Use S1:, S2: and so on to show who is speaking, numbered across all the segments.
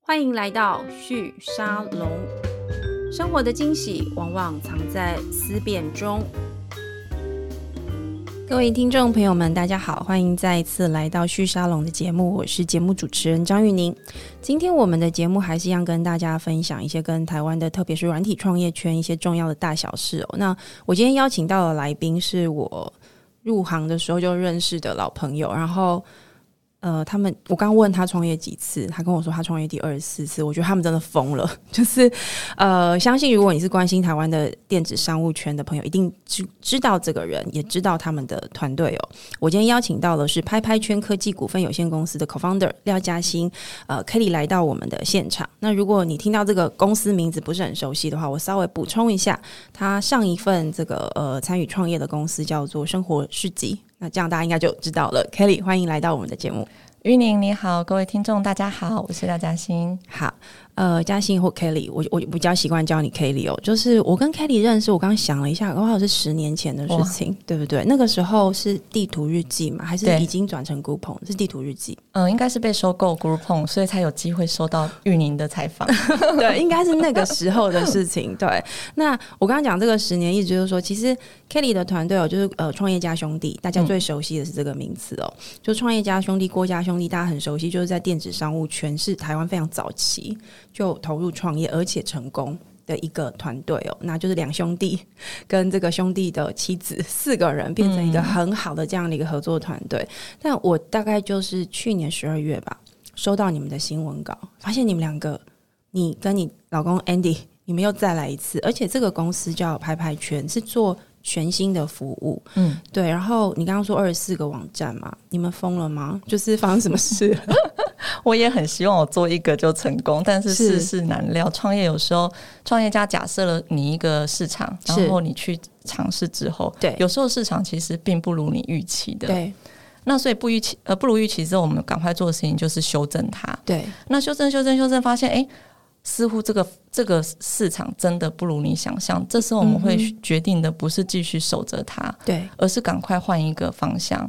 S1: 欢迎来到旭沙龙。生活的惊喜往往藏在思辨中。各位听众朋友们，大家好，欢迎再一次来到旭沙龙的节目，我是节目主持人张玉宁。今天我们的节目还是一样跟大家分享一些跟台湾的，特别是软体创业圈一些重要的大小事哦。那我今天邀请到的来宾是我入行的时候就认识的老朋友，然后呃，他们我刚问他创业几次，他跟我说他创业第二十四次，我觉得他们真的疯了。 就是呃，相信如果你是关心台湾的电子商务圈的朋友，一定知知道这个人，也知道他们的团队哦。我今天邀请到的是拍拍圈科技股份有限公司的 co-founder 廖嘉欣，呃，Kelly 来到我们的现场。那如果你听到这个公司名字不是很熟悉的话，我稍微补充一下，他上一份这个呃参与创业的公司叫做生活市集，那这样大家应该就知道了。Kelly，欢迎来到我们的节目。
S2: 玉宁你好，各位听众大家好，我是廖嘉欣。
S1: 好，呃，嘉欣或 Kelly，我我比较习惯叫你 Kelly 哦。就是我跟 Kelly 认识，我刚刚想了一下，刚好是十年前的事情，对不对？那个时候是地图日记嘛，还是
S2: 对
S1: 已经转成 Groupon？是地图日记，
S2: 嗯，应该是被收购 Group Home，所以才有机会收到玉宁的 采访。
S1: 对，应该是那个时候的事情。对，那我刚刚讲这个十年，一直就是说，其实 Kelly 的团队哦，就是呃创业家兄弟，大家最熟悉的是这个名词哦。就创业家兄弟、郭家兄弟，大家很熟悉，就是在电子商务圈是台湾非常早期就投入创业，而且成功。的一个团队哦，那就是两兄弟跟这个兄弟的妻子四个人变成一个很好的这样的一个合作团队。但我大概就是去年十二月吧，收到你们的新闻稿，发现你们两个你跟你老公 Andy，你们又再来一次，而且这个公司叫拍拍圈，是做全新的服务。
S2: 嗯，
S1: 对，然后你刚刚说二十四个网站嘛，你们疯了吗？就是发生什么事？
S2: 我也很希望我做一个就成功，但是
S1: 是
S2: 世事难料。创业有时候，创业家假设了你一个市场，
S1: 是
S2: 然后你去尝试之后，
S1: 对
S2: 有时候市场其实并不如你预期的。
S1: 对
S2: 那所以不预期呃不如预期之后，我们赶快做的事情就是修正它。
S1: 对
S2: 那修正修正修正，发现哎、诶似乎这个这个市场真的不如你想象。这时候我们会
S1: 嗯哼
S2: 决定的不是继续守着它，
S1: 对
S2: 而是赶快换一个方向。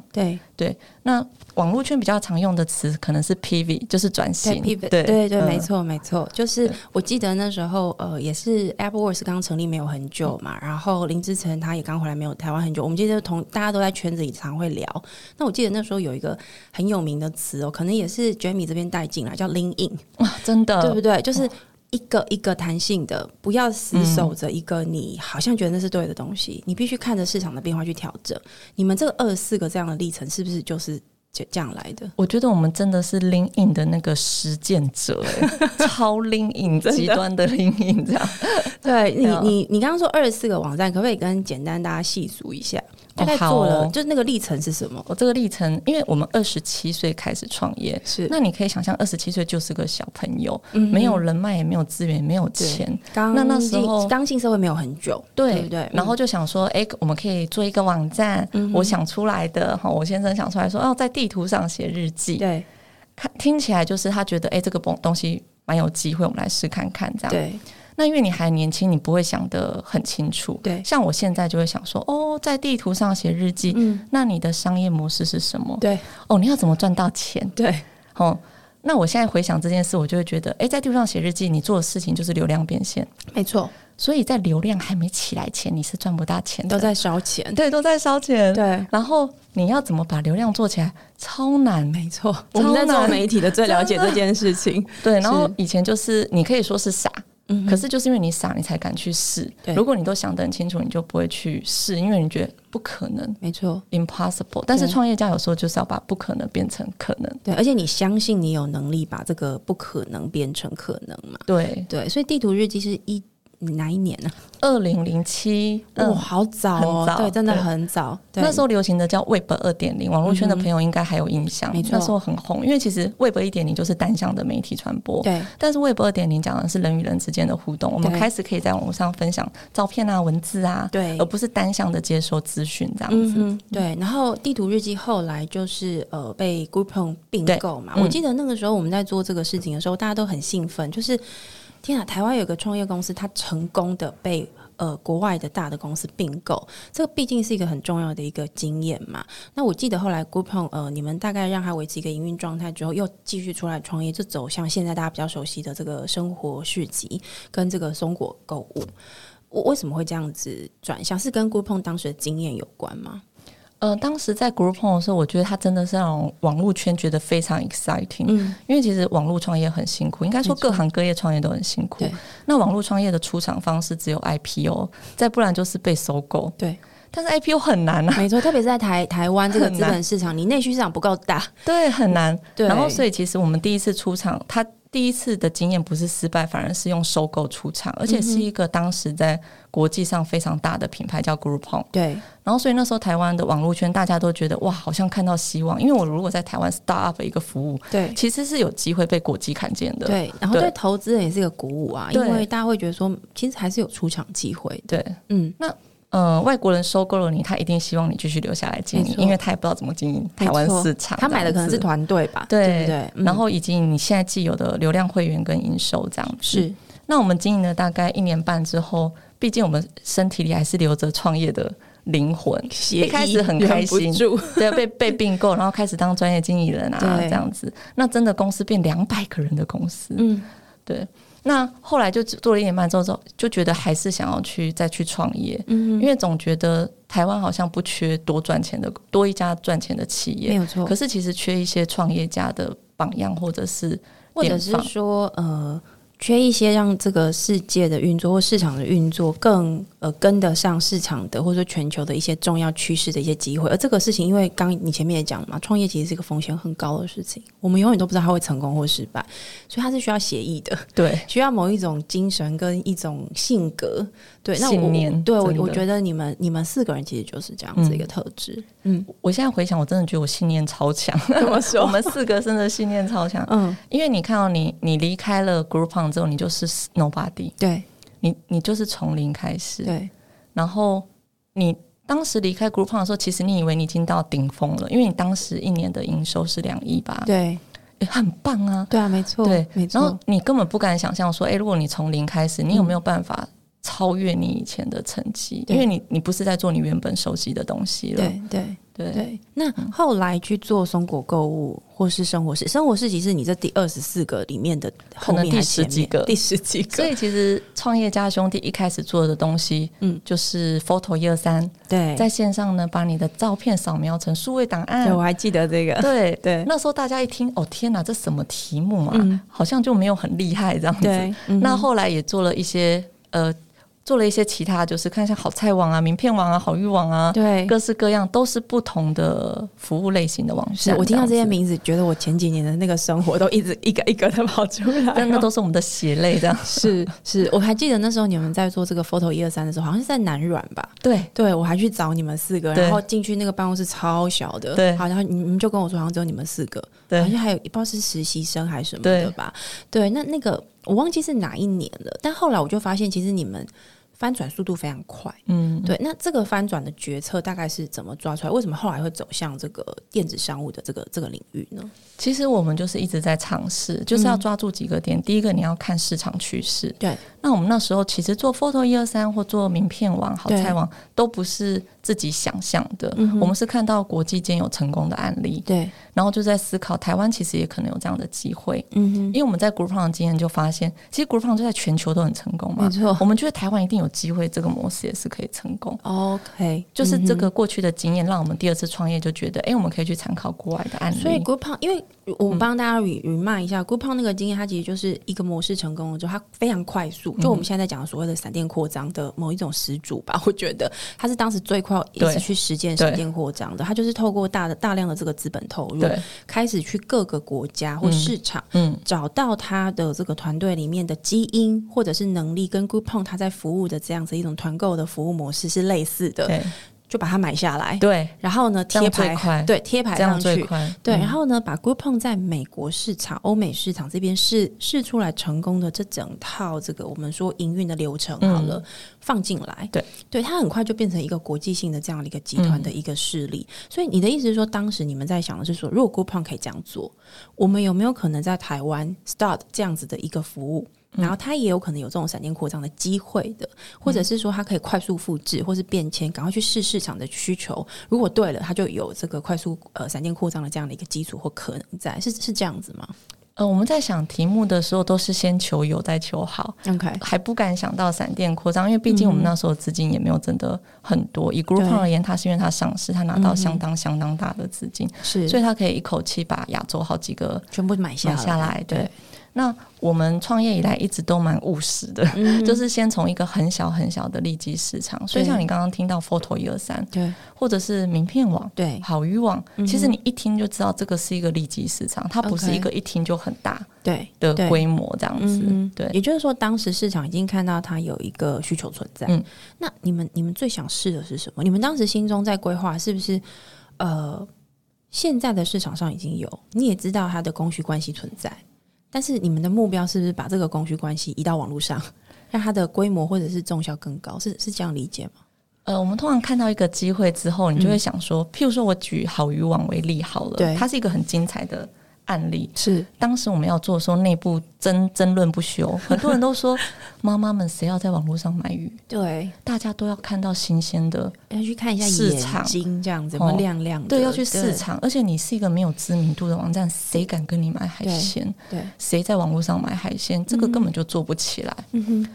S1: 对
S2: 那网络圈比较常用的词可能是 PV，就是转
S1: 对
S2: 型。
S1: pivot，
S2: 对
S1: 对对，
S2: 嗯
S1: 没错没错，就是
S2: 对
S1: 我记得那时候呃，也是 AppWorks 刚成立没有很久嘛，
S2: 嗯
S1: 然后林志成他也刚回来没有台湾很久，我们记得同大家都在圈子里常会聊。那我记得那时候有一个很有名的词哦，可能也是 Jamie 这边带进来，叫 Lean In。
S2: 哇，真的，
S1: 对不对？就是一个一个弹性的，不要死守着一个你好像觉得那是对的东西，你必须看着市场的变化去调整。你们这个二十四个这样的历程，是不是就是这这样来的？
S2: 我觉得我们真的是 Lean In 的那个实践者， 哎超 Lean In，
S1: 真的
S2: 极端的 Lean In 这样。
S1: 对你
S2: 对啊，
S1: 你你刚刚说二十四个网站，可不可以跟简单大家细数一下？大概做
S2: 好
S1: 了，
S2: 哦
S1: 就是那个历程是什么？
S2: 我这个历程，因为我们二十七岁开始创业，
S1: 是
S2: 那你可以想象，二十七岁就是个小朋友，
S1: 嗯
S2: 没有人脉，也没有资源，也没有
S1: 对
S2: 钱，
S1: 刚
S2: 那那时
S1: 进
S2: 候
S1: 刚进社会没有很久，
S2: 对
S1: 不对？
S2: 然后就想说，哎、我们可以做一个网站。
S1: 嗯哼
S2: 我想出来的哈，我先生想出来说，哦，在地图上写日记，
S1: 对
S2: 看听起来就是他觉得，哎、这个东东西蛮有机会，我们来试看看这样。
S1: 对
S2: 那因为你还年轻，你不会想得很清楚。
S1: 对，
S2: 像我现在就会想说，哦，在地图上写日记，
S1: 嗯，
S2: 那你的商业模式是什么？
S1: 对
S2: 哦，你要怎么赚到钱？
S1: 对
S2: 哦，那我现在回想这件事，我就会觉得，哎、在地图上写日记，你做的事情就是流量变现。
S1: 没错，
S2: 所以在流量还没起来前，你是赚不大钱的
S1: 都。在烧钱，
S2: 对，都在烧钱。
S1: 对，
S2: 然后你要怎么把流量做起来，超难。
S1: 没错。我们在
S2: 超
S1: 做
S2: 难
S1: 媒体的最了解这件事情，
S2: 对，然后以前就是你可以说是傻，
S1: 嗯
S2: 可是就是因为你傻，你才敢去试
S1: 对。
S2: 如果你都想得很清楚，你就不会去试，因为你觉得不可能
S1: 没错，
S2: （impossible）。但是
S1: 对
S2: 创业家有时候就是要把不可能变成可能。
S1: 对，而且你相信你有能力把这个不可能变成可能嘛？
S2: 对，
S1: 对，所以地图日记是一哪一年呢、啊
S2: 二零零七，
S1: 哇、
S2: 嗯，
S1: 好早哦，
S2: 很早
S1: 对，真的
S2: 对
S1: 很早。对嗯
S2: 那时候流行的叫 Web 二点零，网络圈的朋友应该还有印象。
S1: 没错
S2: 那时候很红，因为其实 Web 一点零就是单向的媒体传播。
S1: 对
S2: 但是 Web 二点零讲的是人与人之间的互动，我们
S1: 对
S2: 开始可以在网络上分享照片啊、文字啊，
S1: 对
S2: 而，不是单向的接收资讯这样
S1: 嗯
S2: 子。
S1: 哼，对。然后地图日记后来就是呃被 Groupon 并
S2: 对
S1: 购嘛，
S2: 嗯
S1: 我记得那个时候我们在做这个事情的时候，大家都很兴奋，就是天啊，台湾有个创业公司，它成功的被呃国外的大的公司并购，这个毕竟是一个很重要的一个经验嘛。那我记得后来 Groupon 呃，你们大概让它维持一个营运状态之后，又继续出来创业，就走向现在大家比较熟悉的这个生活市集跟这个松果购物。我为什么会这样子转向？是跟 Groupon 当时的经验有关吗？
S2: 呃，当时在 Groupon 的时候，我觉得它真的是让网络圈觉得非常 exciting，、
S1: 嗯，
S2: 因为其实网络创业很辛苦，应该说
S1: 没错
S2: 各行各业创业都很辛苦
S1: 对。
S2: 那网络创业的出场方式只有 IPO，再不然就是被收购。
S1: 对，
S2: 但是 IPO 很难啊，
S1: 没错，特别是在台台湾这个
S2: 很
S1: 资
S2: 难
S1: 本市场，你内需市场不够大，
S2: 对，很难。
S1: 对，
S2: 然后，所以其实我们第一次出场，他第一次的经验不是失败，反而是用收购出场，而且是一个当时在国际上非常大的品牌叫 Groupon。
S1: 对
S2: 然后，所以那时候台湾的网络圈大家都觉得哇，好像看到希望，因为我如果在台湾 start up 一个服务，
S1: 对
S2: 其实是有机会被国际看见的。
S1: 对，然后对投资人也是一个鼓舞啊，因
S2: 对
S1: 为大家会觉得说，其实还是有出场机会的。
S2: 对，
S1: 嗯，
S2: 呃，外国人收购了你，他一定希望你继续留下来经
S1: 没
S2: 营，
S1: 错
S2: 因为他也不知道怎么经营台湾市场。
S1: 他买的可能是
S2: 这样子。
S1: 团队吧，
S2: 对
S1: 对不对？嗯
S2: 然后以及你现在既有的流量会员跟营收这样子，
S1: 是
S2: 那我们经营了大概一年半之后，毕竟我们身体里还是留着创业的灵魂，一开始很开心
S1: 忍不 住
S2: 对，被被并购，然后开始当专业经理人啊，
S1: 对
S2: 这样子。那真的公司变两百个人的公司，
S1: 嗯，
S2: 对。那后来就做了一年半之后，就觉得还是想要去再去创业，
S1: 嗯
S2: 因为总觉得台湾好像不缺多赚钱的多一家赚钱的企
S1: 没
S2: 业，
S1: 有错
S2: 可，是其实缺一些创业家的榜样或者是
S1: 或者
S2: 典
S1: 是
S2: 范
S1: 说呃。缺一些让这个世界的运作或市场的运作更呃跟得上市场的，或者说全球的一些重要趋势的一些机会。而这个事情，因为刚你前面也讲了嘛，创业其实是一个风险很高的事情，我们永远都不知道它会成功或失败，所以它是需要协议的。
S2: 对
S1: 需要某一种精神跟一种性格。对，那我
S2: 信念
S1: 对我
S2: 真的
S1: 我觉得你们你们四个人其实就是这样子一个特质。嗯，
S2: 我现在回想，我真的觉得我信念超强。
S1: 怎么
S2: 我？们四个真的信念超强，
S1: 嗯，
S2: 因为你看到你，你离开了 Groupon 之后，你就是 nobody，
S1: 对
S2: 你你就是从零开始。
S1: 对
S2: 然后你当时离开 Groupon 的时候，其实你以为你已经到顶峰了，因为你当时一年的营收是两亿吧，
S1: 对
S2: 诶很棒啊。
S1: 对啊，没错，
S2: 对
S1: 没
S2: 然后
S1: 错，嗯
S2: 你根本不敢想象说，诶，如果你从零开始，你有没有办法超越你以前的成绩？
S1: 对
S2: 因为你你不是在做你原本熟悉的东西了。
S1: 对对
S2: 对
S1: 对。那后来去做松果购物或是生活市，生活市集是你这第二十四个里面的后面
S2: 可能第
S1: 还
S2: 十
S1: 前面
S2: 几个
S1: 第十几个，
S2: 所以其实创业家兄弟一开始做的东西，
S1: 嗯
S2: 嗯，就是 Photo 一二三，
S1: 对，
S2: 在线上呢把你的照片扫描成数位档案
S1: 对。我还记得这个，
S2: 对
S1: 对
S2: 那时候大家一听，哦天哪，这什么题目啊？
S1: 嗯
S2: 好像就没有很厉害这样子。
S1: 对，嗯
S2: 那后来也做了一些呃，做了一些其他，就是看像好菜网啊、名片网啊、好玉网啊，
S1: 对。
S2: 各式各样都是不同的服务类型的网
S1: 是
S2: 站。
S1: 我听到这些
S2: 样子，
S1: 名字，觉得我前几年的那个生活都一直一个一个的跑出来，
S2: 真的都是我们的血泪这样。
S1: 是是，我还记得那时候你们在做这个 photo 一二三的时候，好像是在南软吧？
S2: 对
S1: 对，我还去找你们四个，然
S2: 对
S1: 后进去那个办公室超小的，
S2: 对
S1: 好，然后你你们就跟我说好像只有你们四个，好
S2: 对
S1: 像还有不知道是实习生还是什么的
S2: 对
S1: 吧？对，那那个我忘记是哪一年了，但后来我就发现其实你们翻转速度非常快。
S2: 嗯，
S1: 对，那这个翻转的决策大概是怎么抓出来？为什么后来会走向这个电子商务的这个这个领域呢？
S2: 其实我们就是一直在尝试，就是要抓住几个点。第一个，你要看市场趋势。
S1: 嗯对，
S2: 那我们那时候其实做 photo 一二三或做名片网、好菜网，都不是自己想象的，
S1: 嗯哼
S2: 我们是看到国际间有成功的案例，
S1: 对，
S2: 然后就在思考台湾其实也可能有这样的机会。
S1: 嗯
S2: 因为我们在 Groupon 的经验就发现，其实 Groupon 就在全球都很成功
S1: 哼，没
S2: 嘛。
S1: 错
S2: 我们觉得台湾一定有机会，这个模式也是可以成功。
S1: ，OK，
S2: 就是
S1: 嗯
S2: 这
S1: 哼
S2: 个过去的经验，让我们第二次创业就觉得，哎、我们可以去参考国外的案例。嗯
S1: 所以 Groupon，因为我们帮大家 re r e m i n 一下，Groupon 那个经验，它其实就是一个模式成功了之后，它非常快速，就我
S2: 嗯
S1: 们现在在讲的所谓的闪电扩张的某一种始祖吧，我觉得它是当时最快一直
S2: 对
S1: 去实践
S2: 对
S1: 闪电扩张的，它就是透过大的大量的这个资本投入，
S2: 对，
S1: 开始去各个国家或
S2: 嗯
S1: 市场。
S2: 嗯，
S1: 找到他的这个团队里面的基因或者是能力，跟 Groupon 他在服务的这样子一种团购的服务模式是类似的，
S2: 对
S1: 就把它买下来，
S2: 对。
S1: 然后呢贴
S2: 这样最
S1: 牌
S2: 快
S1: 对贴牌
S2: 这样
S1: 上
S2: 最
S1: 去，
S2: 快。
S1: 对，
S2: 嗯
S1: 然后呢，把 Groupon 在美国市场、欧美市场这边试试出来成功的这整套这个我们说营运的流程好了，放进来，
S2: 嗯对，
S1: 对，它很快就变成一个国际性的这样的一个集团的一个势力。所以你的意思是说，当时你们在想的是说，如果 Groupon 可以这样做，我们有没有可能在台湾 start 这样子的一个服务？
S2: 嗯
S1: 然后它也有可能有这种闪电扩张的机会的，或者是说它可以快速复制，或是变迁，赶快去试市场的需求。如果对了，它就有这个快速呃闪电扩张的这样的一个基础或可能在，是是这样子吗
S2: 呃，我们在想题目的时候，都是先求有，再求好，
S1: ？OK，
S2: 还不敢想到闪电扩张，因为毕竟我们那时候资金也没有真的很多。以 Groupon
S1: 嗯对
S2: 而言，它是因为它上市，它拿到相
S1: 嗯哼
S2: 当相当大的资金，
S1: 是，
S2: 所以它可以一口气把亚洲好几个
S1: 全部买下
S2: 买
S1: 来，
S2: 下来。对，那我们创业以来一直都蛮务实的，
S1: 嗯
S2: 就是先从一个很小很小的利基市场，所以
S1: 对
S2: 像你刚刚听到 Photo 一二三，
S1: 对
S2: 或者是名片网。
S1: 对，
S2: 好渔网，
S1: 嗯哼
S2: 其实你一听就知道这个是一个利基市场，它不是
S1: OK
S2: 一个一听就很大
S1: 对
S2: 的
S1: 对
S2: 规模这样子。
S1: 嗯，
S2: 对，
S1: 也就是说，当时市场已经看到它有一个需求存在。
S2: 嗯，
S1: 那你们你们最想试的是什么？你们当时心中在规划是不是呃，现在的市场上已经有，你也知道它的供需关系存在，但是你们的目标是不是把这个供需关系移到网络上，让它的规模或者是重效更高？是是这样理解吗？
S2: 呃，我们通常看到一个机会之后，你就会想说，譬如说我举好渔网为例好
S1: 嗯对
S2: 了，它是一个很精彩的案例。
S1: 是
S2: 当时我们要做的时候，内部争争论不休， 很多人都说妈妈们谁要在网络上买鱼，
S1: 对，
S2: 大家都要看到新鲜的，
S1: 要去看一下
S2: 市
S1: 眼
S2: 场
S1: 睛这样子，有没有
S2: 哦
S1: 亮亮的？
S2: 对，要去市场，而且你是一个没有知名度的网站，谁敢跟你买海
S1: 对
S2: 鲜？
S1: 对。对，
S2: 谁在网络上买海鲜？这个根本就做不起来。
S1: 嗯哼，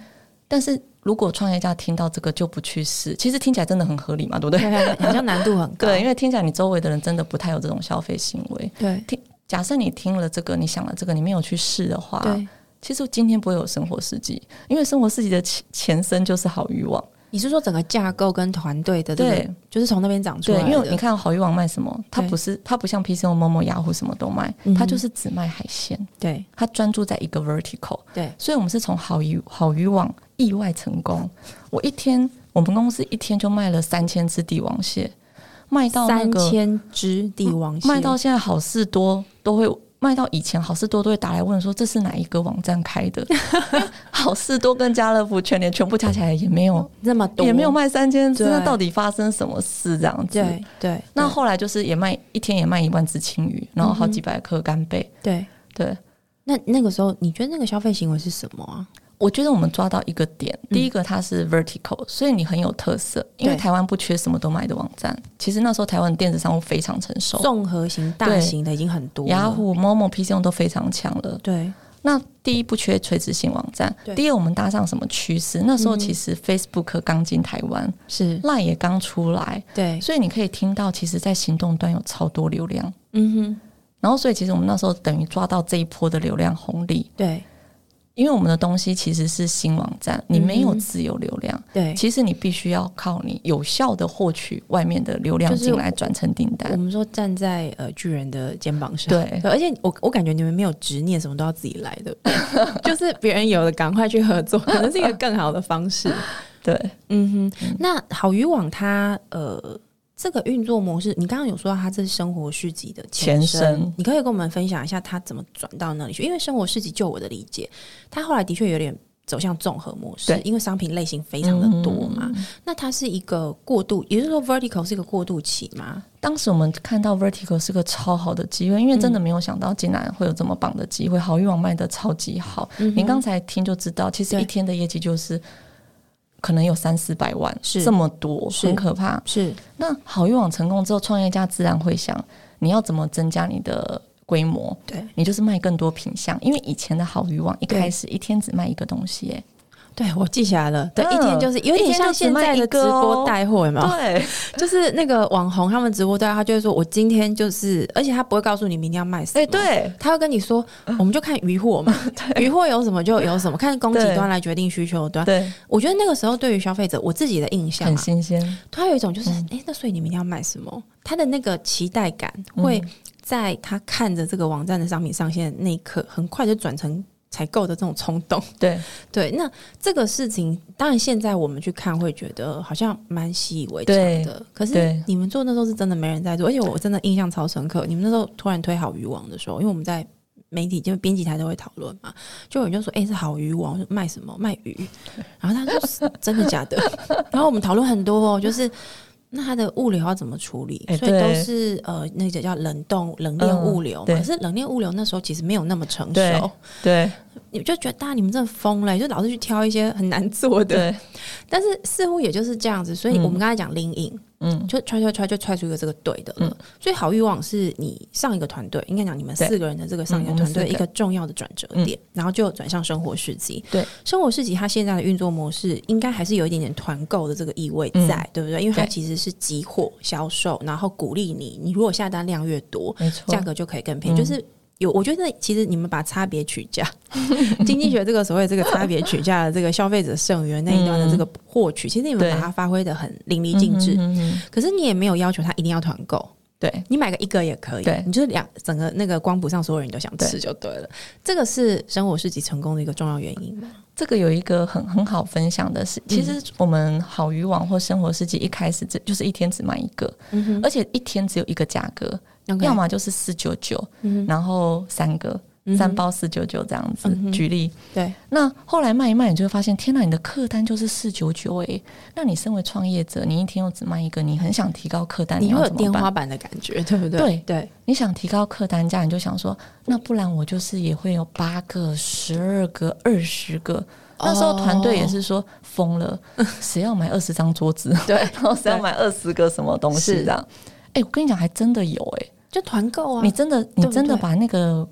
S2: 但是如果创业家听到这个就不去试，其实听起来真的很合理嘛，对不 对？
S1: 对，好像难度很高。
S2: 对，因为听起来你周围的人真的不太有这种消费行为。
S1: 对
S2: 假设你听了这个，你想了这个，你没有去试的话，
S1: 对，
S2: 其实今天不会有生活世纪，因为生活世纪的前前身就是好欲望。
S1: 你是说整个架构跟团队的这个，
S2: 对
S1: 就是从那边长出
S2: 对
S1: 来，的？
S2: 因为你看好欲望卖什么，它
S1: 对
S2: 不是它不像 PCO、Momo、雅虎什么都卖
S1: 嗯哼，
S2: 它就是只卖海鲜，
S1: 对
S2: 它专注在一个 vertical。
S1: 对
S2: 所以我们是从好鱼好渔网意外成功。我一天，我们公司一天就卖了三千只帝王蟹，卖到那
S1: 三
S2: 个哦
S1: 千只帝王蟹，
S2: 卖到现在好事多都会卖到以前好事多都会打来问说这是哪一个网站 开的，因为好事多跟家乐福全联全部加起来也没有
S1: 那么多，
S2: 也没有卖三千只，
S1: 对
S2: 那到底发生什么事这样子？
S1: 对对，
S2: 那后来就是也卖一天也卖一万只青鱼，然后好几百颗干贝，
S1: 对对
S2: 对。
S1: 那那个时候，你觉得那个消费行为是什么啊？
S2: 我觉得我们抓到一个点，第一个它是 vertical，、所以你很有特色，因为
S1: 嗯对
S2: 台湾不缺什么都买的网站。其实那时候台湾的电子商务非常成熟，
S1: 综合型、大
S2: 对
S1: 型的已经很多了，
S2: 雅虎、Momo、PC 用都非常强了。
S1: 对
S2: 那第一不缺垂直性网站
S1: 对，
S2: 第二我们搭上什么趋势？那时候
S1: 嗯
S2: 其实 Facebook 刚进台湾、
S1: 是，
S2: l i n e 也刚出来，
S1: 对，
S2: 所以你可以听到，其实在行动端有超多流量。
S1: 嗯哼，
S2: 然后，所以其实我们那时候等于抓到这一波的流量红利，
S1: 对
S2: 因为我们的东西其实是新网站，你没有
S1: 嗯哼
S2: 自由流量。
S1: 对。
S2: 其实你必须要靠你有效的获取外面的流量
S1: 就是
S2: 进来转成订单。
S1: 我们说站在呃巨人的肩膀上，
S2: 对
S1: 而且我我感觉你们没有执念，什么都要自己来的，对不对 就是别人有的赶快去合作，可能是一个更好的方式。
S2: 对，
S1: 嗯哼，那好渔网它呃这个运作模式，你刚刚有说到它这是生活市集的前身，
S2: 前身
S1: 你可以跟我们分享一下它怎么转到那里去？因为生活市集，就我的理解，它后来的确有点走向综合模式
S2: 对，
S1: 因为商品类型非常的多嘛。那它是一个过渡，也就是说 vertical 是一个过渡期嘛？
S2: 当时我们看到 Vertical 是个超好的机会，因为
S1: 嗯
S2: 真的没有想到竟然会有这么棒的机会，好运网卖的超级好。
S1: 嗯哼
S2: 您刚才听就知道，其实
S1: 对
S2: 一天的业绩就是可能有三四百万，
S1: 是
S2: 这么多，
S1: 是
S2: 很可怕。
S1: 是
S2: 那好运网成功之后，创业家自然会想，你要怎么增加你的规模？
S1: 对
S2: 你就是卖更多品相，因为以前的好渔网一开始一天只卖一个东西、欸，
S1: 对，我记起来了，对，
S2: 嗯
S1: 啊一天就是有点像现在的直播带货，有没有？
S2: 对，
S1: 就是那个网红他们直播带货，他就会说我今天就是，而且他不会告诉你明天要卖什么，
S2: 哎、对，嗯
S1: 他会跟你说，我们就看鱼货 嘛，鱼货有什么就有什么，看供给
S2: 对
S1: 端来决定需求端。
S2: 对，嗯
S1: 我觉得那个时候对于消费者，我自己的印象、
S2: 很
S1: 啊，
S2: 新鲜，
S1: 他有一种
S2: 嗯
S1: 就是，哎、那所以你明天要买什么？他的那个期待感
S2: 嗯
S1: 会在他看着这个网站的商品上线的那一刻，很快就转成。采购的这种冲动，
S2: 对，
S1: 对，那这个事情，当然现在我们去看会觉得好像蛮习以为常的，可是
S2: 对
S1: 你们做那时候是真的没人在做，而且我真的印象超深刻。你们那时候突然推好渔网的时候，因为我们在媒体就编辑台都会讨论嘛，就有人就说：“哎、是好渔网我说卖 什么？卖鱼。”然后他说：“是真的假的？”然后我们讨论很多哦，就是那它的物流要怎么处理？
S2: 哎
S1: 所以都
S2: 对嗯
S1: 是呃，那个叫冷冻冷链物流嘛。
S2: 对
S1: 可是冷链物流那时候其实没有那么成
S2: 对
S1: 熟，
S2: 对
S1: 你就觉得大家你们真的疯了，就老是去挑一些很难做的。
S2: 对，
S1: 但是似乎也就是这样子，所以我们刚才讲灵隐，
S2: 嗯，
S1: 就踹踹踹就踹出一个这个对的了。所以好欲望是你上一个团队，应该讲你们
S2: 对
S1: 四个人的这个上一个团
S2: 嗯
S1: 队
S2: 我们四个嗯
S1: 一个重要的转折点，然后就转向生活市集。
S2: 对，
S1: 生活市集它现在的运作模式应该还是有一点点团购的这个意味在，对不对？因为它
S2: 嗯对
S1: 其实是集货销售，然后鼓励你，你如果下单量越多，
S2: 没错嗯
S1: 价，格就可以更便宜，就是。有，我觉得其实你们把差别取 价，经济学这个所谓这个差别取价的这个消费者剩余的那一端的这个获取，其实你们
S2: 嗯对
S1: 把它发挥的很淋漓尽致。
S2: 嗯嗯嗯
S1: 可是你也没有要求他一定要团购，
S2: 对
S1: 你买个一个也可以，
S2: 对
S1: 你就是两整个那个光谱上所有人都想吃就对了。这个是生活市集成功的一个重要原因嘛？
S2: 这个有一个很很好分享的
S1: 嗯
S2: 是，其实我们好渔网或生活世界一开始只就是一天只买一个，
S1: 嗯哼
S2: 而且一天只有一个价格，
S1: OK
S2: 要么就是四九九，
S1: 嗯
S2: 然后三个
S1: 嗯哼
S2: 三包四九九这样子。
S1: 嗯哼
S2: 举例，
S1: 对，
S2: 那后来卖一卖，你就会发现，天呐，你的客单就是四九九诶。那你身为创业者，你一天又只卖一个，你很想提高客单，
S1: 你
S2: 你
S1: 会
S2: 要
S1: 有
S2: 怎么
S1: 天花
S2: 办？
S1: 板的感觉，对不对？
S2: 对
S1: 对，
S2: 你想提高客单价，你就想说，那不然我就是也会有八个、十二个、二十个。那时候团队也
S1: 哦
S2: 是说疯了，谁要买二十张桌子？
S1: 对
S2: 然后谁要买二十个什么东西
S1: 是
S2: 这样？哎、我跟你讲，还真的有哎、
S1: 就团购啊
S2: 你，真的，你
S1: 对不
S2: 真的
S1: 对
S2: 把那个，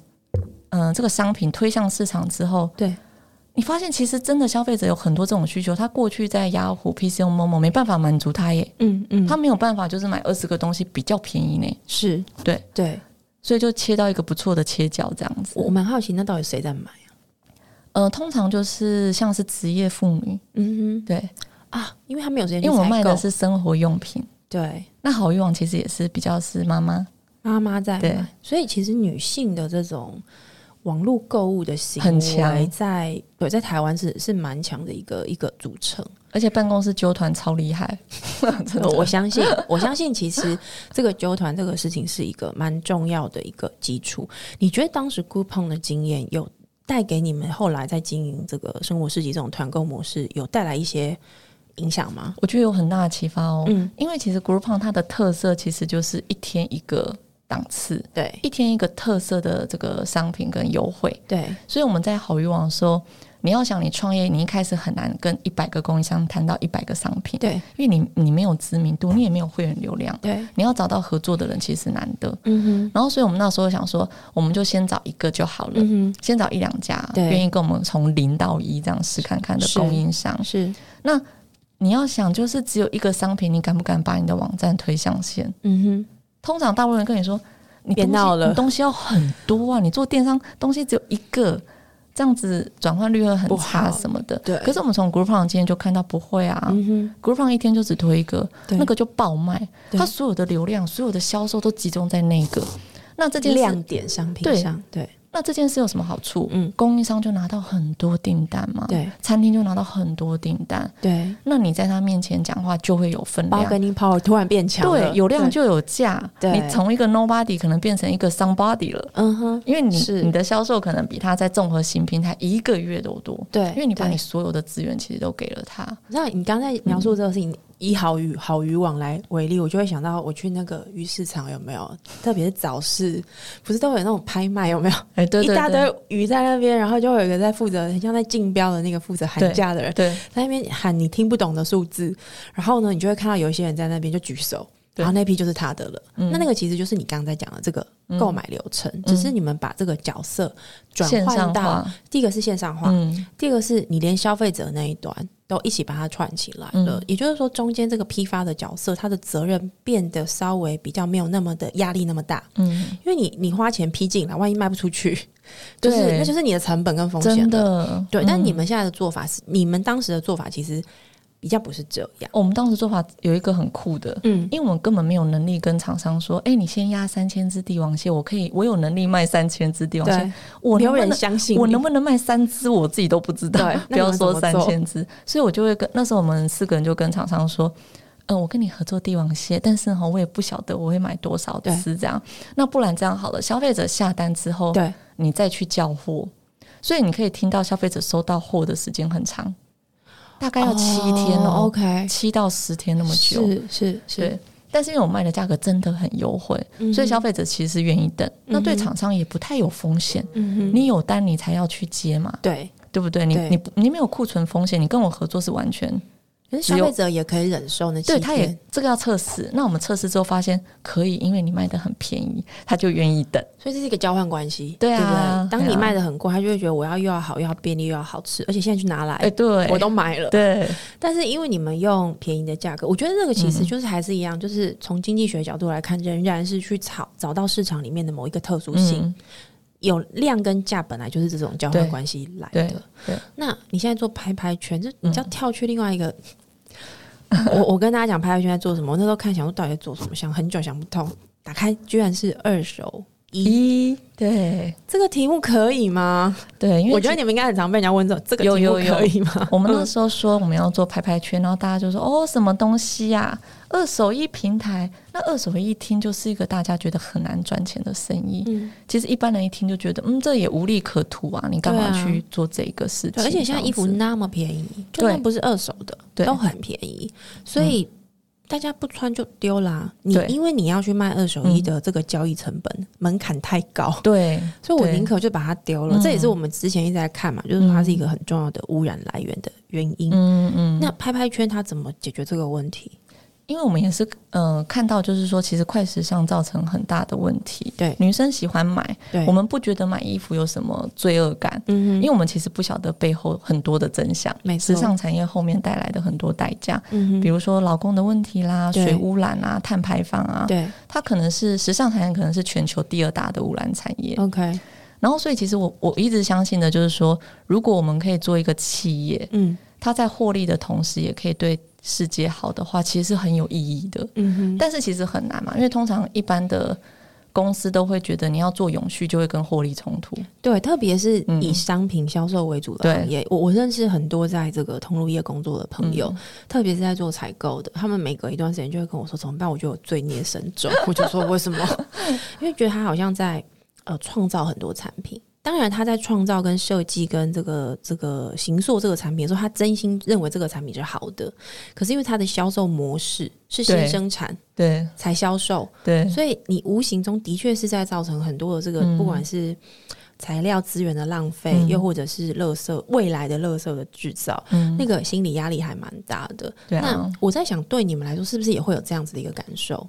S2: 嗯、这个商品推向市场之后，
S1: 对，
S2: 你发现其实真的消费者有很多这种需求，他过去在雅虎、PC、Momo 没办法满足他耶，
S1: 嗯嗯，
S2: 他没有办法就是买二十个东西比较便宜呢，
S1: 是
S2: 对
S1: 对，
S2: 所以就切到一个不错的切角这样
S1: 我
S2: 子。
S1: 我蛮好奇，那到底谁在买啊？
S2: 呃，通常就是像是职业妇女，
S1: 嗯
S2: 对，
S1: 哼啊，因为他没有时间去
S2: 因为我
S1: 采
S2: 卖的
S1: 购
S2: 是生活用品，
S1: 对
S2: 那好欲望其实也是比较是妈妈，
S1: 妈妈在
S2: 对
S1: 买，所以其实女性的这种网络购物的行
S2: 很
S1: 为
S2: 强
S1: 在对在台湾是是蛮强的一个一个组成。
S2: 而且办公室纠团超厉害， 真的
S1: 哦我我相信，我相信，其实这个纠团这个事情是一个蛮重要的一个基础。你觉得当时 Groupon 的经验有带给你们后来在经营这个生活市集这种团购模式有带来一些影响吗？
S2: 我觉得有很大的启发哦。
S1: 嗯，
S2: 因为其实 Groupon 它的特色其实就是一天一个档次，
S1: 对
S2: 一天一个特色的这个商品跟优惠，
S1: 对，
S2: 所以我们在好欲望的时候，你要想你创业，你一开始很难跟一百个供应商谈到一百个商品，
S1: 对
S2: 因为你你没有知名度，你也没有会员流量，
S1: 对，
S2: 你要找到合作的人其实难得。
S1: 嗯哼，
S2: 然后，所以我们那时候想说，我们就先找一个就好了，
S1: 嗯
S2: 先找一两家
S1: 对
S2: 愿意跟我们从零到一这样试看看的
S1: 是
S2: 供应商
S1: 哼，。是，
S2: 你要想，就是只有一个商品，你敢不敢把你的网站推向线？
S1: 嗯哼，
S2: 通常大部分人跟你说，你
S1: 别
S2: 东西
S1: 闹了
S2: 你东西要很多啊，你做电商东西只有一个，这样子转换率会很
S1: 不好
S2: 差什么的。
S1: 对
S2: 可是我们从 Groupon 今天就看到不会啊、
S1: 嗯哼，
S2: g r o u p o n 一天就只推一个，
S1: 对
S2: 那个就爆卖，
S1: 对
S2: 它所有的流量、所有的销售都集中在那个。那这件事
S1: 亮，点商品
S2: 对
S1: 上，对
S2: 那这件事有什么好处？
S1: 嗯
S2: 供应商就拿到很多订单嘛，
S1: 对
S2: 餐厅就拿到很多订单，
S1: 对，
S2: 那你在他面前讲话就会有分
S1: 包
S2: 量。
S1: 跟 power 突然变强了，
S2: 对，有量就有价。
S1: 对
S2: 你从一个 nobody 可能变成一个 somebody 了，
S1: 嗯哼，
S2: 因为你
S1: 是
S2: 你的销售可能比他在综合型平台一个月都多。
S1: 对，
S2: 因为你把
S1: 对
S2: 你所有的资源其实都给了他，
S1: 那你刚才描述这个事情，以好与好渔网来为例，我就会想到我去那个鱼市场有没有，特别是早市，不是都有那种拍卖有没有？
S2: 哎，对对
S1: 一大
S2: 对
S1: 堆鱼在那边，然后就会有一个在负责，很像在竞标的那个负责喊
S2: 对
S1: 价的人，
S2: 对
S1: 在那边喊你听不懂的数字，然后呢，你就会看到有一些人在那边就举手。
S2: 对嗯
S1: 然后那批就是他的了，那那个其实就是你刚才讲的这个购买流程，只是你们把这个角色转
S2: 线
S1: 换
S2: 上
S1: 到
S2: 化，
S1: 第一个是线上化，
S2: 嗯，
S1: 第二个是你连消费者那一端都一起把它串起来了，
S2: 嗯
S1: 也就是说，中间这个批发的角色，他的责任变得稍微比较没有那么的压力那么大，
S2: 嗯，
S1: 因为你你花钱批进来，万一卖不出去，就是
S2: 对
S1: 那就是你的成本跟风险
S2: 真
S1: 了。
S2: 的，
S1: 对，但你
S2: 嗯、
S1: 们现在的做法是，你们当时的做法其实比较不是这样，
S2: 我们当时做法有一个很酷的。
S1: 嗯，
S2: 因为我们根本没有能力跟厂商说，哎、你先压三千只帝王蟹，我可以，我有能力卖三千只帝王蟹
S1: 对，，
S2: 我
S1: 没
S2: 能
S1: 有
S2: 不能
S1: 人相信
S2: 我
S1: 你
S2: 能不能卖三只，我自己都不知道
S1: 对。那
S2: 不
S1: 你们
S2: 要说
S1: 怎
S2: 三
S1: 么做
S2: 千只，所以我就会跟那时候我们四个人就跟厂商说，嗯、我跟你合作帝王蟹，但是哈，我也不晓得我会买多少只这样。那不然这样好了，消费者下单之后，
S1: 对，
S2: 你再去叫货，所以你可以听到消费者收到货的时间很长。大概要七天
S3: 哦
S2: 哦，
S3: ，OK，
S2: 七、到十天那么久。
S3: 是是是，
S2: 对，但是因为我卖的价格真的很优惠，
S1: 嗯哼
S2: 所以消费者其实愿意等。那对厂商也不太有风险，
S1: 嗯哼，
S2: 你有单你才要去接嘛，
S3: 对，
S2: 对不对？你
S3: 对
S2: 你不你没有库存风险，你跟我合作是完全
S3: 可是消费者也可以忍受那七
S2: 对，
S3: 天，
S2: 他也这个要测试。那我们测试之后发现可以，因为你卖的很便宜，他就愿意等。
S3: 所以这是一个交换关系。
S2: 对
S1: 对不
S2: 啊
S1: 对？，当你卖
S2: 的
S1: 的很贵，他就会觉得我要又要好，又要便利，又要好吃，而且现在去拿来，
S2: 哎、对，
S1: 我都买了。
S2: 对
S1: 但是因为你们用便宜的价格，我觉得这个其实
S2: 嗯
S1: 就是还是一样，就是从经济学角度来看，仍然是去找找到市场里面的某一个特殊性。
S2: 嗯
S1: 有量跟价本来就是这种交换
S2: 对
S1: 关系来
S2: 对嗯
S1: 的。
S2: 对
S1: 那你现在做拍拍圈，这你知道跳去另外一个。 我我跟大家讲拍拍圈在做什么，我那时候看想说到底在做什么，想很久想不通，打开居然是二手衣，
S2: 一对
S1: 这个题目可以吗？
S2: 对，因为
S1: 我觉得你嗯们应该很常被人家问这种这个
S2: 有
S1: 题目
S2: 有有
S1: 可以吗？
S2: 我 们那时候说我们要做拍拍圈，然后大家就说哦，什么东西呀、二手衣平台，那二手衣一听就是一个大家觉得很难赚钱的生意。
S1: 嗯，
S2: 其实一般人一听就觉得，嗯，这也无利可图啊，你干嘛
S1: 对啊
S2: 去做这个事情？
S1: 对，而且现在衣服
S2: 这样子
S1: 那么便宜，就
S2: 对
S1: 算不是二手的，
S2: 对嗯
S1: 都很便宜，所以。大家不穿就丢啦，你
S2: 对嗯
S1: 因为你要去卖二手衣的这个交易成本、门槛太高，
S2: 对，
S1: 所以我
S2: 对
S1: 宁可就把它丢了。
S2: 嗯
S1: 这也是我们之前一直在看嘛，就是说它是一个很重要的污染来源的原因。
S2: 嗯嗯，
S1: 那拍拍圈它怎么解决这个问题？
S2: 因为我们也是呃看到，就是说，其实快时尚造成很大的问题。
S1: 对
S2: 女生喜欢买，
S1: 对，
S2: 我们不觉得买衣服有什么罪恶感，
S1: 嗯哼，
S2: 因为我们其实不晓得背后很多的真相，
S1: 没错
S2: 时尚产业后面带来的很多代价，
S1: 嗯哼
S2: 比如说劳工的问题啦、
S1: 对
S2: 水污染啊、碳排放啊，
S1: 对
S2: 它可能是时尚产业可能是全球第二大的污染产业。
S1: ，OK，
S2: 然后，所以其实我我一直相信的就是说，如果我们可以做一个企业，
S1: 嗯
S2: 它在获利的同时，也可以对世界好的话，其实是很有意义的。
S1: 嗯哼，
S2: 但是其实很难嘛，因为通常一般的公司都会觉得你要做永续，就会跟获利冲突。
S1: 对，特别是
S2: 嗯
S1: 以商品销售为主的
S2: 对
S1: 行业，我我认识很多在这个通路业工作的
S2: 嗯
S1: 朋友，特别是在做采购的，他们每隔一段时间就会跟我说怎么办，我觉得我罪孽深重， 我就说为什么？ 因为觉得他好像在呃创造很多产品。当然，他在创造跟设计跟这个这个行塑这个产品的时候，他真心认为这个产品是好的。可是因为他的销售模式是先
S2: 对
S1: 生产
S2: 对
S1: 才销售，
S2: 对
S1: 所以你无形中的确是在造成很多的这个，
S2: 嗯
S1: 不管是材料资源的浪费，
S2: 嗯
S1: 又或者是垃圾未来的垃圾的制造，
S2: 嗯，
S1: 那个心理压力还蛮大的。
S2: 对啊
S1: 那，我在想，对你们来说，是不是也会有这样子的一个感受？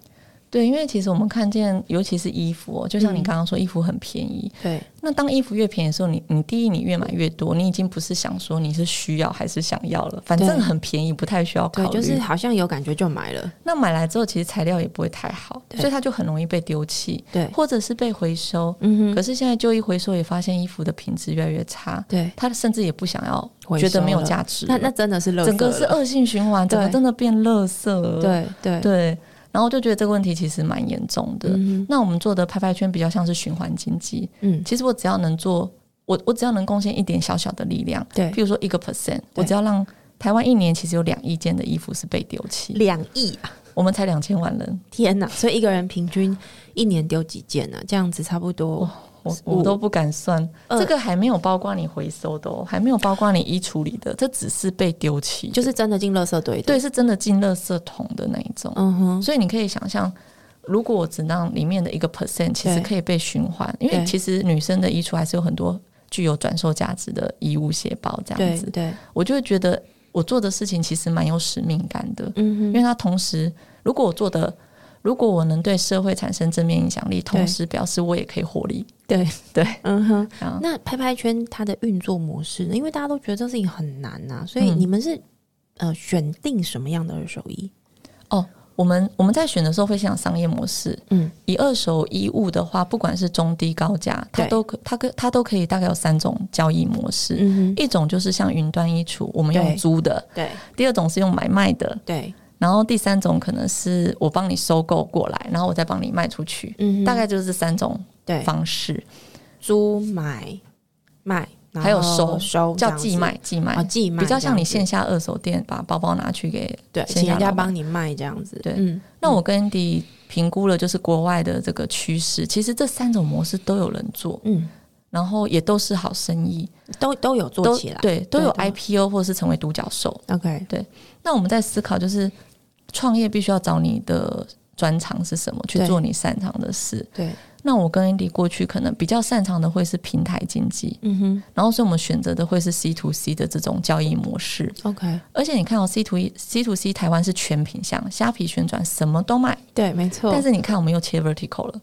S2: 对，因为其实我们看见，尤其是衣服、哦，就像你
S1: 嗯
S2: 刚刚说，衣服很便宜。
S1: 对，
S2: 那当衣服越便宜的时候，你你第一你越买越多，你已经不是想说你是需要还是想要了，反正
S1: 对
S2: 很便宜，不太需要考
S1: 对，
S2: 虑。
S1: 就是好像有感觉就买了，
S2: 那买来之后，其实材料也不会太好，
S1: 对
S2: 所以它就很容易被丢弃，
S1: 对，
S2: 或者是被回收。
S1: 嗯
S2: 可
S1: 哼，
S2: 是现在旧衣回收也发现衣服的品质越来越差，
S1: 对，
S2: 他甚至也不想要，
S1: 回
S2: 觉
S1: 收
S2: 得没有
S1: 了
S2: 价值
S1: 啊那
S2: 了。
S1: 那真的是垃圾了，
S2: 整个是恶性循环，整个
S1: 对
S2: 真的变垃圾了。
S1: 对对，
S2: 对，然后就觉得这个问题其实蛮严重的。
S1: 嗯哼
S2: 那我们做的拍拍圈比较像是循环经济，
S1: 嗯，
S2: 其实我只要能做，我我只要能贡献一点小小的力量，
S1: 对
S2: 譬，如说一个 percent，我只要让台湾一年其实有两亿件的衣服是被丢弃，
S1: 两亿啊！
S2: 我们才两千万人，
S1: 天哪，所以一个人平均一年丢几件呢、啊？这样子差不多
S2: 哇我我都不敢算，
S1: 呃
S2: 这个还没有包括你回收的哦，还没有包括你衣处理的，这只是被丢弃的，
S1: 就是真的进垃圾堆的。
S2: 对，是真的进垃圾桶的那一种。
S1: 嗯哼，
S2: 所以你可以想象，如果我只让里面的一个 percent，其实
S1: 对
S2: 可以被循环，因为
S1: 对
S2: 其实女生的衣橱还是有很多具有转售价值的衣物、鞋包这样
S1: 对
S2: 子，
S1: 对，
S2: 我就会觉得我做的事情其实蛮有使命感的，
S1: 嗯
S2: 因为它同时，如果我做的，如果我能对社会产生正面影响力，同时表示我也可以获利，
S1: 对
S2: 对，
S1: 嗯哼
S2: 啊。
S1: 那拍拍圈它的运作模式呢？因为大家都觉得这事情很难呐、所以
S2: 嗯
S1: 你们是、呃选定什么样的二手衣？哦
S2: 哦我们我们在选的时候会想商业模式，
S1: 嗯，
S2: 以二手衣物的话，不管是中低高价，它
S1: 对
S2: 都可它可它都可以大概有三种交易模式，
S1: 嗯哼，
S2: 一种就是像云端衣橱，我们用
S1: 对
S2: 租的；
S1: 对
S2: 第二种是用买卖的，
S1: 对，
S2: 然后第三种可能是我帮你收购过来，然后我再帮你卖出去。
S1: 嗯哼
S2: 大概就是这三种
S1: 对
S2: 方式，
S1: 租买卖，然
S2: 还有
S1: 后
S2: 收
S1: 收嗯这
S2: 叫
S1: 样
S2: 寄
S1: 子
S2: 卖，寄卖、
S1: 啊，寄卖
S2: 比较像你
S1: 这样
S2: 线下二手店把包包拿去给。
S1: 子对，
S2: 线
S1: 请人
S2: 下
S1: 家
S2: 老板
S1: 帮你卖这样子。
S2: 对
S1: 嗯，
S2: 那我跟 Andy 评估了，就是国外的这个趋势，其实这三种模式都有人做。
S1: 嗯
S2: 然后也都是好生意，
S1: 都都有做
S2: 都
S1: 起来，
S2: 对，都有
S1: 对
S2: IPO 或是成为独角兽。
S1: ，OK，
S2: 那我们在思考，就是创业必须要找你的专长是什么，去
S1: 对
S2: 做你擅长的事。
S1: 对，
S2: 那我跟 Andy 过去可能比较擅长的会是平台经济，
S1: 嗯哼
S2: 然后所以我们选择的会是 C to C 的这种交易模式。
S1: ，OK，
S2: 而且你看哦，C to C to C 台湾是全品项，虾皮旋转什么都卖，
S1: 对，没错
S2: 但是你看我们又切 vertical 了，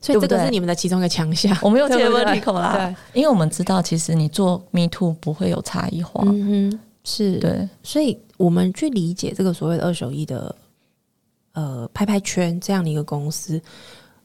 S1: 所以这
S2: 对不
S1: 个
S2: 对
S1: 是你们的其中一个强项，嗯
S2: 我们又切
S1: 对不对
S2: vertical 啦，
S1: 对，
S2: 因为我们知道其实你做 Me Too 不会有差异化，
S1: 嗯哼，是，
S2: 对
S1: 所以我们去理解这个所谓的二手衣的呃拍拍圈这样的一个公司，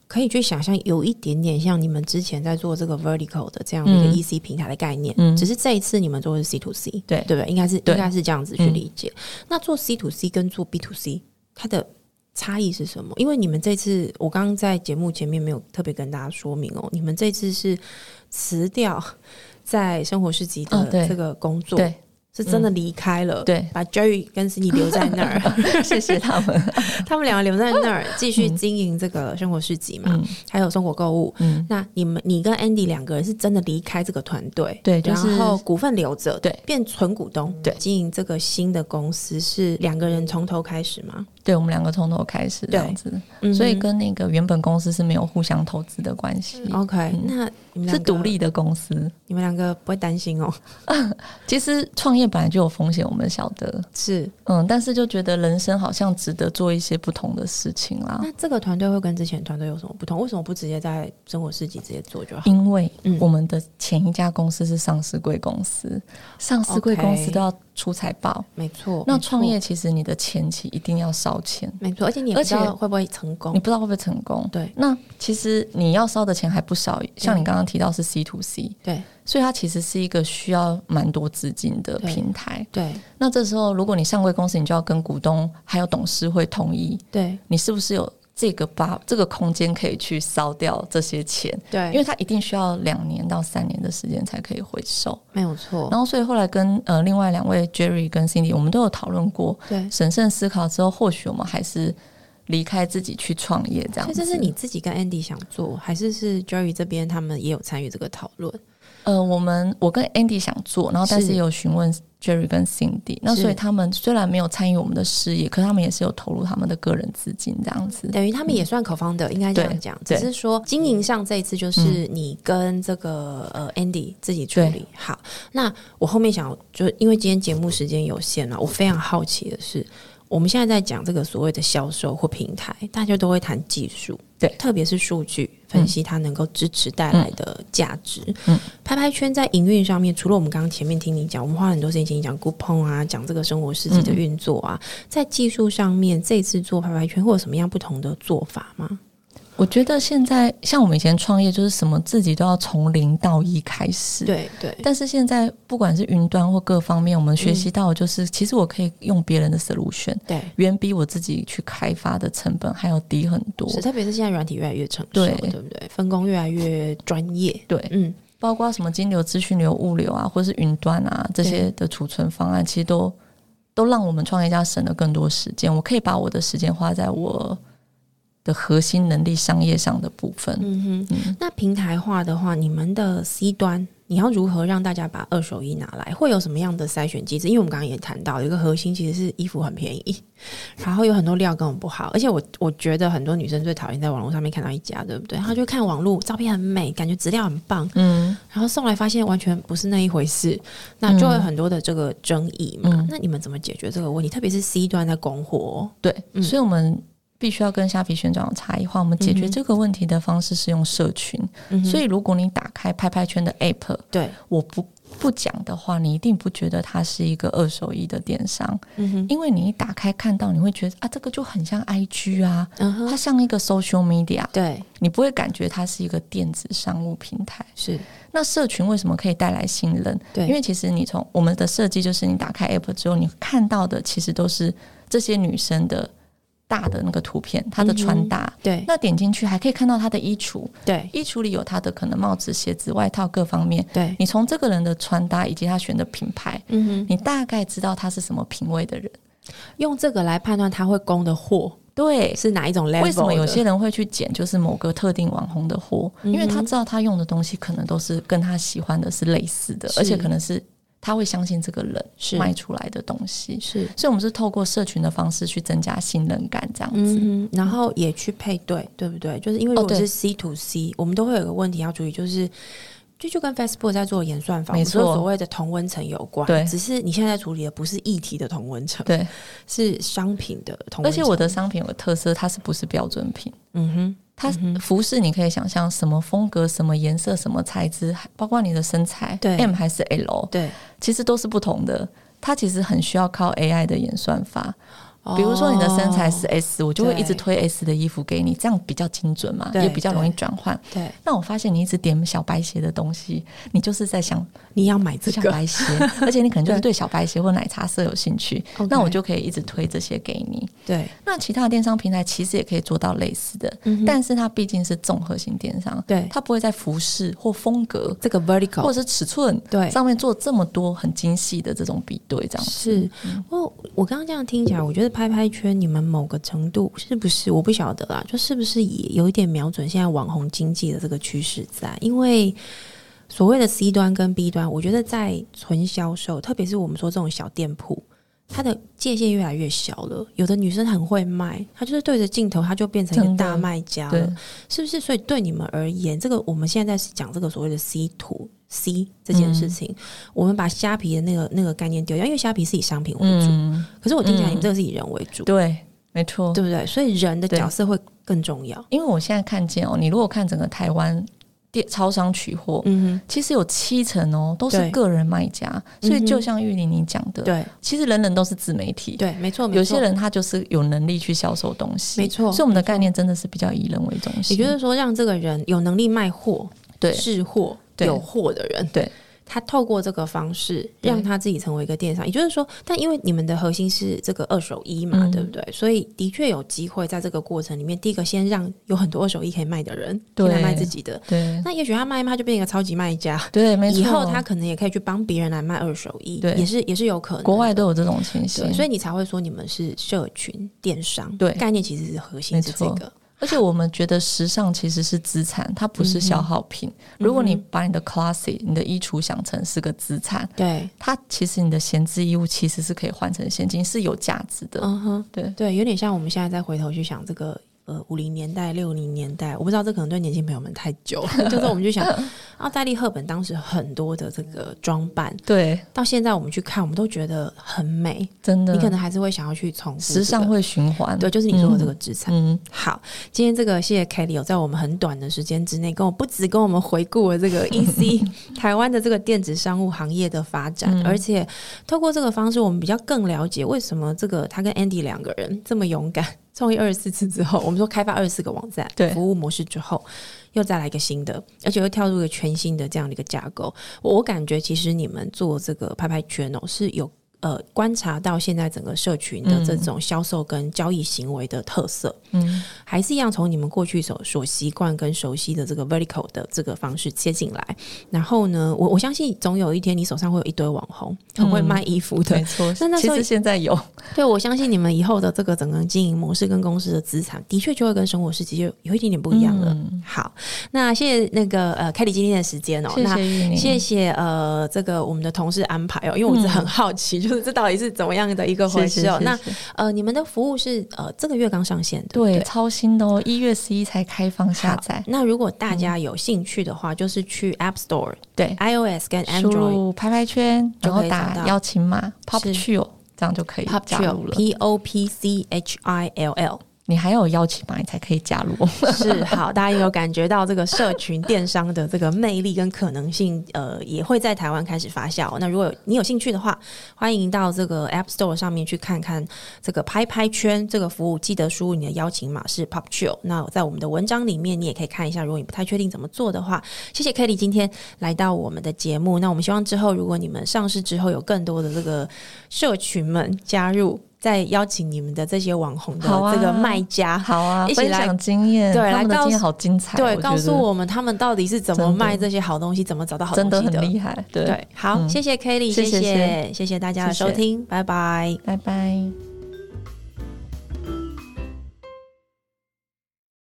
S1: 可以去想象有一点点像你们之前在做这个 vertical 的这样的一个
S2: 嗯
S1: EC 平台的概念，
S2: 嗯
S1: 只是这一次你们做的是 C to C，
S2: 对
S1: 对不对？应该是
S2: 对嗯
S1: 应该是这样子去理解。那做 C to C 跟做 B to C 它的差异是什么？因为你们这次，我刚刚在节目前面没有特别跟大家说明哦，你们这次是辞掉在生活市集
S2: 哦
S1: 的
S2: 对
S1: 这个工作，
S2: 对
S1: 是真的离开了，
S2: 嗯对
S1: 把 Jerry 跟 s i n d y 留在那儿，
S2: 谢谢他们，
S1: 他们两个留在那 儿继续经营这个生活市集嘛，
S2: 嗯
S1: 还有生活购物。
S2: 嗯，
S1: 那你们，你跟 Andy 两个人是真的离开这个团队，
S2: 对就是
S1: 然后股份留着，
S2: 对
S1: 变纯股东，
S2: 对
S1: 经营这个新的公司是两个人从头开始吗？
S2: 对我们两个从头开始这样子，
S1: 嗯哼
S2: 所以跟那个原本公司是没有互相投资的关系，
S1: OK，、那你们嗯两个
S2: 嗯是独，立的公司。
S1: 你们两个不会担心哦？
S2: 其实创业本来就有风险，我们晓得，
S1: 是，
S2: 嗯，但是就觉得人生好像值得做一些不同的事情啦。
S1: 那这个团队会跟之前团队有什么不同？为什么不直接在生活市集直接做就好？
S2: 因为
S1: 嗯
S2: 我们的前一家公司是上市贵公司，上市贵
S1: OK
S2: 公司都要出财报。
S1: 哦没错，
S2: 那
S1: 没错
S2: 创业其实你的前期一定要烧钱，
S1: 没错，而且你也不知
S2: 而
S1: 道
S2: 且
S1: 会不会成
S2: 你
S1: 功。
S2: 不知道会不会成功。
S1: 哦对
S2: 那其实你要烧的钱还不少，像你刚刚提到是 C to C，
S1: 对
S2: 所以它其实是一个需要蛮多资金的
S1: 对
S2: 平台。
S1: 对
S2: 那这时候，如果你上柜公司，你就要跟股东还有董事会同意，
S1: 对
S2: 你是不是有这个把这个空间可以去烧掉这些钱？
S1: 对，
S2: 因为它一定需要两年到三年的时间才可以回收。
S1: 没有错。
S2: 然后，所以后来跟呃另外两位 Jerry 跟 Cindy，我们都有讨论过，
S1: 对，
S2: 审慎思考之后，或许我们还是离开自己去创业这样
S1: 所
S2: 子。
S1: 以这是你自己跟 Andy 想做，还是是 Jerry 这边他们也有参与这个讨论？
S2: 呃，我们我跟 Andy 想做，然后但
S1: 是
S2: 是也有询问 Jerry 跟 Cindy，那
S1: 是
S2: 所以他们虽然没有参与我们的事业，可他们也是有投入他们的个人资金这样子。
S1: 等于他们也算口方的，应该这样讲。只
S2: 对嗯
S1: 是说经营上这一次就是你跟这个、呃 Andy 自己处理好。那我后面想要，就因为今天节目时间有限了，啊我非常好奇的是，我们现在在讲这个所谓的销售或平台，大家都会谈技术，
S2: 对
S1: 特别是数据分析它能够支持带来的价值。
S2: 嗯
S1: 拍拍圈在营运上面，除了我们刚刚前面听你讲，我们花很多时间听你讲 coupon 啊，讲这个生活实际
S2: 嗯
S1: 的运作啊，在技术上面，这次做拍拍圈会有什么样不同的做法吗？
S2: 我觉得现在像我们以前创业，就是什么自己都要从零到一开始。。
S1: 对对
S2: 但是现在不管是云端或各方面，我们学
S1: 嗯
S2: 习到的就是，其实我可以用别人的 solution，
S1: 对，
S2: 远比我自己去开发的成本还要低很多。
S1: 是特别是现在软体越来越成熟，
S2: 对
S1: 对不对？分工越来越专业，
S2: 对，
S1: 嗯，
S2: 包括什么金流、资讯流、物流啊，或是云端啊这些的储存方案，其实都都让我们创业家省了更多时间。我可以把我的时间花在我的核心能力、商业上的部分。
S1: 嗯哼，那平台化的话，你们的 C 端你要如何让大家把二手衣拿来？会有什么样的筛选机制？因为我们刚刚也谈到，有一个核心其实是衣服很便宜， 然后有很多料根本不好，而且我我觉得很多女生最讨厌在网络上面看到一家，对不对？她就看网络照片很美，感觉质量很棒，
S2: 嗯，
S1: 然后送来发现完全不是那一回事，那就会有很多的这个争议嘛。
S2: 嗯
S1: 那你们怎么解决这个问题？特别是 C 端在供货哦、
S2: 对，
S1: 嗯
S2: 所以我们。必须要跟虾皮旋转有差异化。我们解
S1: 嗯
S2: 决
S1: 哼
S2: 这个问题的方式是用社群，
S1: 嗯哼
S2: 所以如果你打开拍拍圈的 App，
S1: 对，
S2: 我不不讲的话，你一定不觉得它是一个二手衣的电商，
S1: 嗯哼，
S2: 因为你一打开看到，你会觉得啊，这个就很像 IG 啊，
S1: 嗯
S2: 它
S1: 哼，
S2: 像一个 social media，
S1: 对，
S2: 你不会感觉它是一个电子商务平台。
S1: 是，
S2: 那社群为什么可以带来信任？
S1: 对，
S2: 因为其实你从我们的设计就是你打开 app 之后，你看到的其实都是这些女生的大的那个图片，她的穿搭。
S1: 对
S2: 那点进去还可以看到她的衣橱，
S1: 对
S2: 衣橱里有她的可能帽子、鞋子、外套各方面。
S1: 对，
S2: 你从这个人的穿搭以及他选的品牌，
S1: 嗯哼，
S2: 你大概知道他是什么品味的人。
S1: 用这个来判断他会供的货，
S2: 对，
S3: 是哪一种 level？
S2: 为什么有
S3: 的
S2: 些人会去捡就是某个特定网红的货？因为他知道他用的东西可能都是跟他喜欢的是类似的，
S3: 是
S2: 而且可能是他会相信这个人
S3: 是
S2: 卖出来的东西。
S3: 是
S2: 所以，我们是透过社群的方式去增加信任感，这样子。
S1: 嗯哼，然后也去配对，对不对？就是因为
S2: 哦
S1: 如果
S2: 对
S1: 是 C to C，、我们都会有个问题要注意，就是这就跟 Facebook 在做演算法，
S2: 没错
S1: 我们说所谓的同温层有关。
S2: 对
S1: 只是你现在处理的不是议题的同温层，
S2: 对，
S1: 是商品的同温层。
S2: 而且我的商品有个特色，它是不是标准品？
S1: 嗯哼，
S2: 它服饰你可以想象什么风格、什么颜色、什么材质，包括你的身材
S1: 对
S2: ，M 还是 L，
S1: 对，
S2: 其实都是不同的。它其实很需要靠 AI 的演算法，
S1: 哦
S2: 比如说你的身材是 S，、我就会一直
S1: 对
S2: 推 S 的衣服给你，这样比较精准嘛，
S1: 对
S2: 也比较容易转换。
S1: 对，
S2: 那我发现你一直点小白鞋的东西，你就是在想
S1: 你要买这
S2: 小
S1: 个，
S2: 白 鞋，而且你可能就是对小白鞋或奶茶色有兴趣
S1: OK，
S2: 那我就可以一直推这些给你。
S1: 对，
S2: 那其他的电商平台其实也可以做到类似的，
S1: 嗯哼
S2: 但是它毕竟是综合型电商，
S1: 对
S2: 它不会在服饰或风格
S1: 这个 vertical
S2: 或者是尺寸
S1: 对
S2: 上面做这么多很精细的这种比对，这样子嗯
S1: 是，我我刚刚这样听起来，我觉得拍拍圈你们某个程度是不是我不晓得啦，就是不是也有一点瞄准现在网红经济的这个趋势在？因为所谓的 C 端跟 B 端，我觉得在纯销售，特别是我们说这种小店铺。它的界限越来越小了，有的女生很会卖，她就是对着镜头，她就变成一
S2: 真
S1: 个
S2: 的
S1: 大卖家
S2: 对
S1: 了，是不是？所以对你们而言，这个我们现在是讲这个所谓的 C 图 C 这件
S2: 嗯
S1: 事情，我们把虾皮的那个那个概念丢掉，因为虾皮是以商品为主，
S2: 嗯，
S1: 可是我听起来
S2: 嗯
S1: 你们这个是以人为主，
S2: 对，没错。
S1: 对不对？所以人的
S2: 对
S1: 角色会更重要。
S2: 因为我现在看见哦，你如果看整个台湾店超商取货，
S1: 嗯
S2: 其实有七成哦都是
S1: 对
S2: 个人卖家，所以
S1: 嗯哼
S2: 就像玉玲你讲的，
S1: 哼，对
S2: 其实人人都是自媒体，
S1: 对，没错，没错
S2: 有些人他就是有能力去销售东西，
S1: 没错
S2: 所以我们的概念真的是比较以人为中心。
S1: 也就是说，让这个人有能力卖货、
S2: 对
S1: 是货、
S2: 对
S1: 有货的人，
S2: 对
S1: 他透过这个方式
S2: 对
S1: 让他自己成为一个电商。也就是说，但因为你们的核心是这个二手衣嘛，
S2: 嗯
S1: 对不对？所以的确有机会在这个过程里面，第一个先让有很多二手衣可以卖的人
S2: 对
S1: 进来卖自己的，
S2: 对
S1: 那也许他卖一卖他就变成一个超级卖家。
S2: 对，没错。
S1: 以后他可能也可以去帮别人来卖二手衣，
S2: 对
S1: 也是也是有可能的。
S2: 国外都有这种情
S1: 对，
S2: 形，
S1: 所
S2: 以
S1: 以你才会说你们是社群电商，
S2: 对
S1: 概念其实是核心
S2: 没
S1: 是这
S2: 错
S1: 个，
S2: 而且我们觉得时尚其实是资产，它不
S1: 嗯
S2: 是消耗品。如果你把你的 classy、你的衣橱想成是个资产，
S1: 对，
S2: 它其实你的闲置衣物其实是可以换成现金，是有价值的。
S1: 嗯哼，
S2: 对
S1: 对，有点像我们现在再回头去想这个。呃，五零年代、六零年代，我不知道这可能对年轻朋友们太久了。 就是我们去想，奥黛丽·赫本当时很多的这个装扮，
S2: 对，
S1: 到现在我们去看，我们都觉得很美。
S2: 真的，
S1: 你可能还是会想要去重复、
S2: 时尚，会循环。
S1: 对，就是你说的这个资产。
S2: 嗯，
S1: 好，今天这个谢谢 Kelly 有在我们很短的时间之内，跟我不止跟我们回顾了这个 EC 台湾的这个电子商务行业的发展，而且透过这个方式，我们比较更了解为什么这个他跟 Andy 两个人这么勇敢， 创业二十四次之后，我们说开发二十四个网站
S2: 对
S1: 服务模式之后。又再来一个新的，而且又跳入一个全新的这样的一个架构。我我感觉其实你们做这个拍拍圈哦，是有呃观察到现在整个社群的这种销售跟交易行为的特色。
S2: 嗯，
S1: 还是一样从你们过去所所习惯跟熟悉的这个 vertical 的这个方式切进来。然后呢，我我相信总有一天你手上会有一堆网红，很会卖衣服的。
S2: 没错。
S1: 那那
S2: 其
S1: 时候
S2: 实现在有，
S1: 对我相信你们以后的这个整个经营模式跟公司的资产，的确就会跟生活世界就有一点点不一样了。好，那谢谢那个呃凯莉今天的时间哦，
S2: 嗯谢
S1: 那
S2: 谢玉宁，
S1: 谢谢呃，这个我们的同事安排哦，因为我是
S2: 嗯
S1: 很好奇，就是这到底是怎么样的一个回事哦。
S2: 谢谢
S1: 那
S2: 谢谢
S1: 呃，你们的服务是呃这个月刚上线的，不
S2: 对，超新的哦，一月十一才开放下载
S1: 好。那如果大
S2: 嗯
S1: 家有兴趣的话，就是去 App Store
S2: 对，
S1: iOS 跟
S2: 输
S1: Android。
S2: 入拍拍圈，
S1: 就
S2: 然后
S1: 可以找
S2: 打
S1: 到
S2: 邀请码 Pop
S1: 是哦
S2: Chill，这样就可以加入了。
S1: P O P C H I L L
S2: 你还有邀请码，你才可以 加入。
S1: 是好，大家有感觉到这个社群电商的这个魅力跟可能性，呃，也会在台湾开始发酵哦。那如果有你有兴趣的话，欢迎到这个 App Store 上面去看看这个拍拍圈这个服务，记得输入你的邀请码是 Pop Chill。那在我们的文章里面，你也可以看一下。如果你不太确定怎么做的话，谢谢 Kelly 今天来到我们的节目。那我们希望之后，如果你们上市之后有更多的这个社群们加入，再邀请你们的这些网红的
S2: 好啊
S1: 这个卖家，
S2: 好啊，
S1: 一起
S2: 分
S1: 来
S2: 享经验，
S1: 对
S2: 他
S1: 来
S2: 们的
S1: 告
S2: 经验
S1: 诉
S2: 好精彩。
S1: 对，
S2: 觉
S1: 告诉
S2: 得
S1: 我们他们到底是怎么
S2: 真的
S1: 卖这些好东西，怎么找到好东
S2: 真
S1: 西
S2: 的很厉害。对，
S1: 对，好，
S2: 嗯
S1: 谢谢 Kelly，
S2: 谢谢
S1: 谢谢谢谢大家的
S2: 谢谢
S1: 收听，拜拜。
S2: 拜拜。